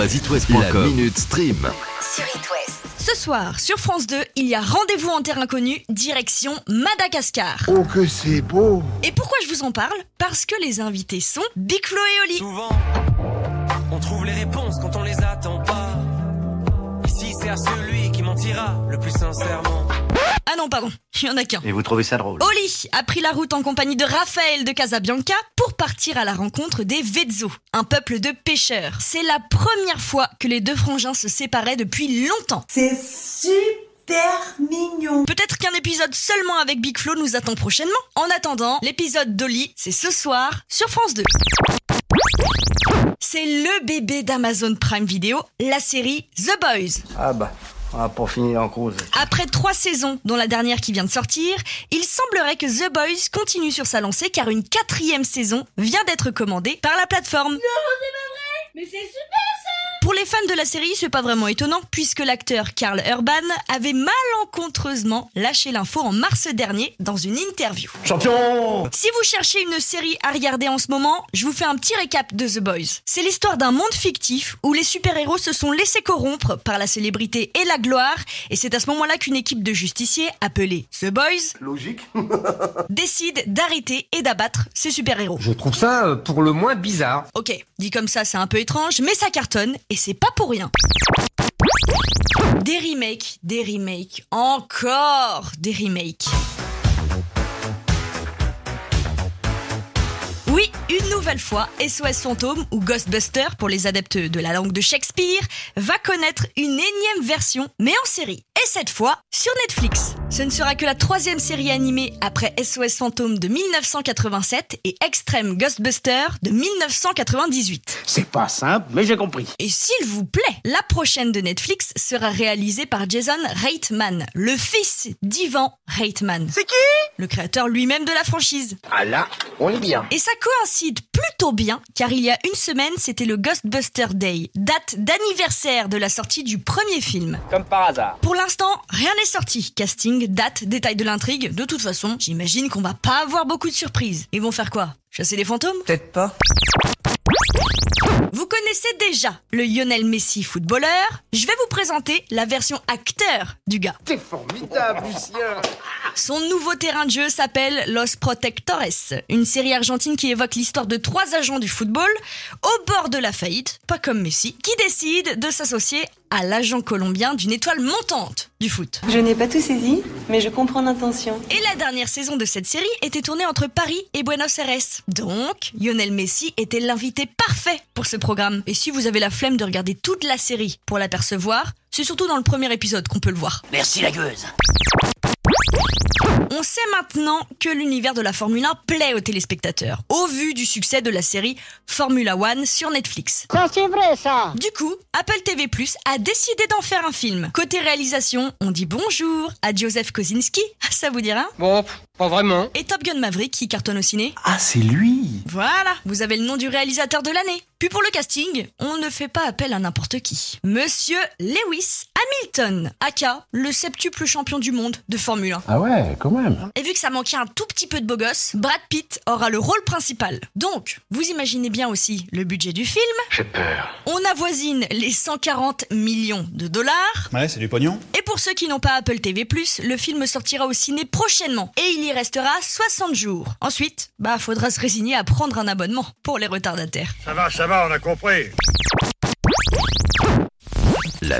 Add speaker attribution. Speaker 1: La minute stream.
Speaker 2: sur It West.
Speaker 3: Ce soir, sur France 2, il y a rendez-vous en terre inconnue, direction Madagascar.
Speaker 4: Oh que c'est beau
Speaker 3: Et pourquoi je vous en parle Parce que les invités sont Big Flo et Oli.
Speaker 5: Souvent, on trouve les réponses quand on les attend pas. Ici, c'est à celui qui mentira le plus sincèrement.
Speaker 3: Ah non, pardon, il y en a qu'un.
Speaker 6: Et vous trouvez ça drôle
Speaker 3: Oli a pris la route en compagnie de Raphaël de Casabianca pour partir à la rencontre des Vezzo, un peuple de pêcheurs. C'est la première fois que les deux frangins se séparaient depuis longtemps.
Speaker 7: C'est super mignon.
Speaker 3: Peut-être qu'un épisode seulement avec Big Flo nous attend prochainement. En attendant, l'épisode d'Oli, c'est ce soir sur France 2. C'est le bébé d'Amazon Prime Video, la série The Boys.
Speaker 6: Ah bah, on va pas finir en cause.
Speaker 3: Après trois saisons, dont la dernière qui vient de sortir, il semblerait que The Boys continue sur sa lancée car une quatrième saison vient d'être commandée par la plateforme.
Speaker 8: Mais c'est super
Speaker 3: Pour les fans de la série, c'est pas vraiment étonnant puisque l'acteur Karl Urban avait malencontreusement lâché l'info en mars dernier dans une interview.
Speaker 6: Champion
Speaker 3: Si vous cherchez une série à regarder en ce moment, je vous fais un petit récap de The Boys. C'est l'histoire d'un monde fictif où les super-héros se sont laissés corrompre par la célébrité et la gloire, et c'est à ce moment-là qu'une équipe de justiciers appelée The Boys
Speaker 6: Logique
Speaker 3: décide d'arrêter et d'abattre ces super-héros.
Speaker 9: Je trouve ça euh, pour le moins bizarre.
Speaker 3: Ok, dit comme ça, c'est un peu étrange, mais ça cartonne et c'est pas pour rien. Des remakes, des remakes, encore des remakes. Oui, une nouvelle fois, SOS Fantôme ou Ghostbuster pour les adeptes de la langue de Shakespeare va connaître une énième version, mais en série. Et cette fois, sur Netflix. Ce ne sera que la troisième série animée après SOS Fantôme de 1987 et Extreme Ghostbuster de 1998.
Speaker 4: C'est pas simple, mais j'ai compris.
Speaker 3: Et s'il vous plaît, la prochaine de Netflix sera réalisée par Jason Reitman, le fils d'Ivan Reitman. C'est qui Le créateur lui-même de la franchise.
Speaker 6: Ah là, on est bien.
Speaker 3: Et ça coïncide plutôt bien, car il y a une semaine, c'était le Ghostbuster Day, date d'anniversaire de la sortie du premier film.
Speaker 5: Comme par hasard.
Speaker 3: Pour l'instant, rien n'est sorti. Casting, date, détail de l'intrigue. De toute façon, j'imagine qu'on va pas avoir beaucoup de surprises. Ils vont faire quoi Chasser les fantômes
Speaker 7: Peut-être pas.
Speaker 3: Vous connaissez déjà le Lionel Messi footballeur. Je vais vous présenter la version acteur du gars.
Speaker 4: T'es formidable, Lucien
Speaker 3: Son nouveau terrain de jeu s'appelle Los Protectores, une série argentine qui évoque l'histoire de trois agents du football au bord de la faillite, pas comme Messi, qui décident de s'associer à l'agent colombien d'une étoile montante du foot.
Speaker 7: Je n'ai pas tout saisi, mais je comprends l'intention.
Speaker 3: Et la dernière saison de cette série était tournée entre Paris et Buenos Aires. Donc, Lionel Messi était l'invité parfait pour ce programme. Et si vous avez la flemme de regarder toute la série pour l'apercevoir, c'est surtout dans le premier épisode qu'on peut le voir.
Speaker 6: Merci la gueuse
Speaker 3: On sait maintenant que l'univers de la Formule 1 plaît aux téléspectateurs, au vu du succès de la série Formula One sur Netflix.
Speaker 8: Ça c'est vrai ça
Speaker 3: Du coup, Apple TV Plus a décidé d'en faire un film. Côté réalisation, on dit bonjour à Joseph Kosinski, ça vous dira
Speaker 9: Bon, pas vraiment.
Speaker 3: Et Top Gun Maverick qui cartonne au ciné.
Speaker 6: Ah, c'est lui
Speaker 3: Voilà, vous avez le nom du réalisateur de l'année. Puis pour le casting, on ne fait pas appel à n'importe qui. Monsieur Lewis Hamilton, aka le septuple champion du monde de Formule 1.
Speaker 9: Ah ouais, quand même.
Speaker 3: Et vu que ça manquait un tout petit peu de beau gosse, Brad Pitt aura le rôle principal. Donc, vous imaginez bien aussi le budget du film.
Speaker 6: J'ai peur.
Speaker 3: On avoisine les 140 millions de dollars.
Speaker 10: Ouais, c'est du pognon.
Speaker 3: Et pour ceux qui n'ont pas Apple TV+, le film sortira au ciné prochainement et il y restera 60 jours. Ensuite, bah faudra se résigner à prendre un abonnement pour les retardataires.
Speaker 4: Ça va, ça va, on a compris.
Speaker 1: La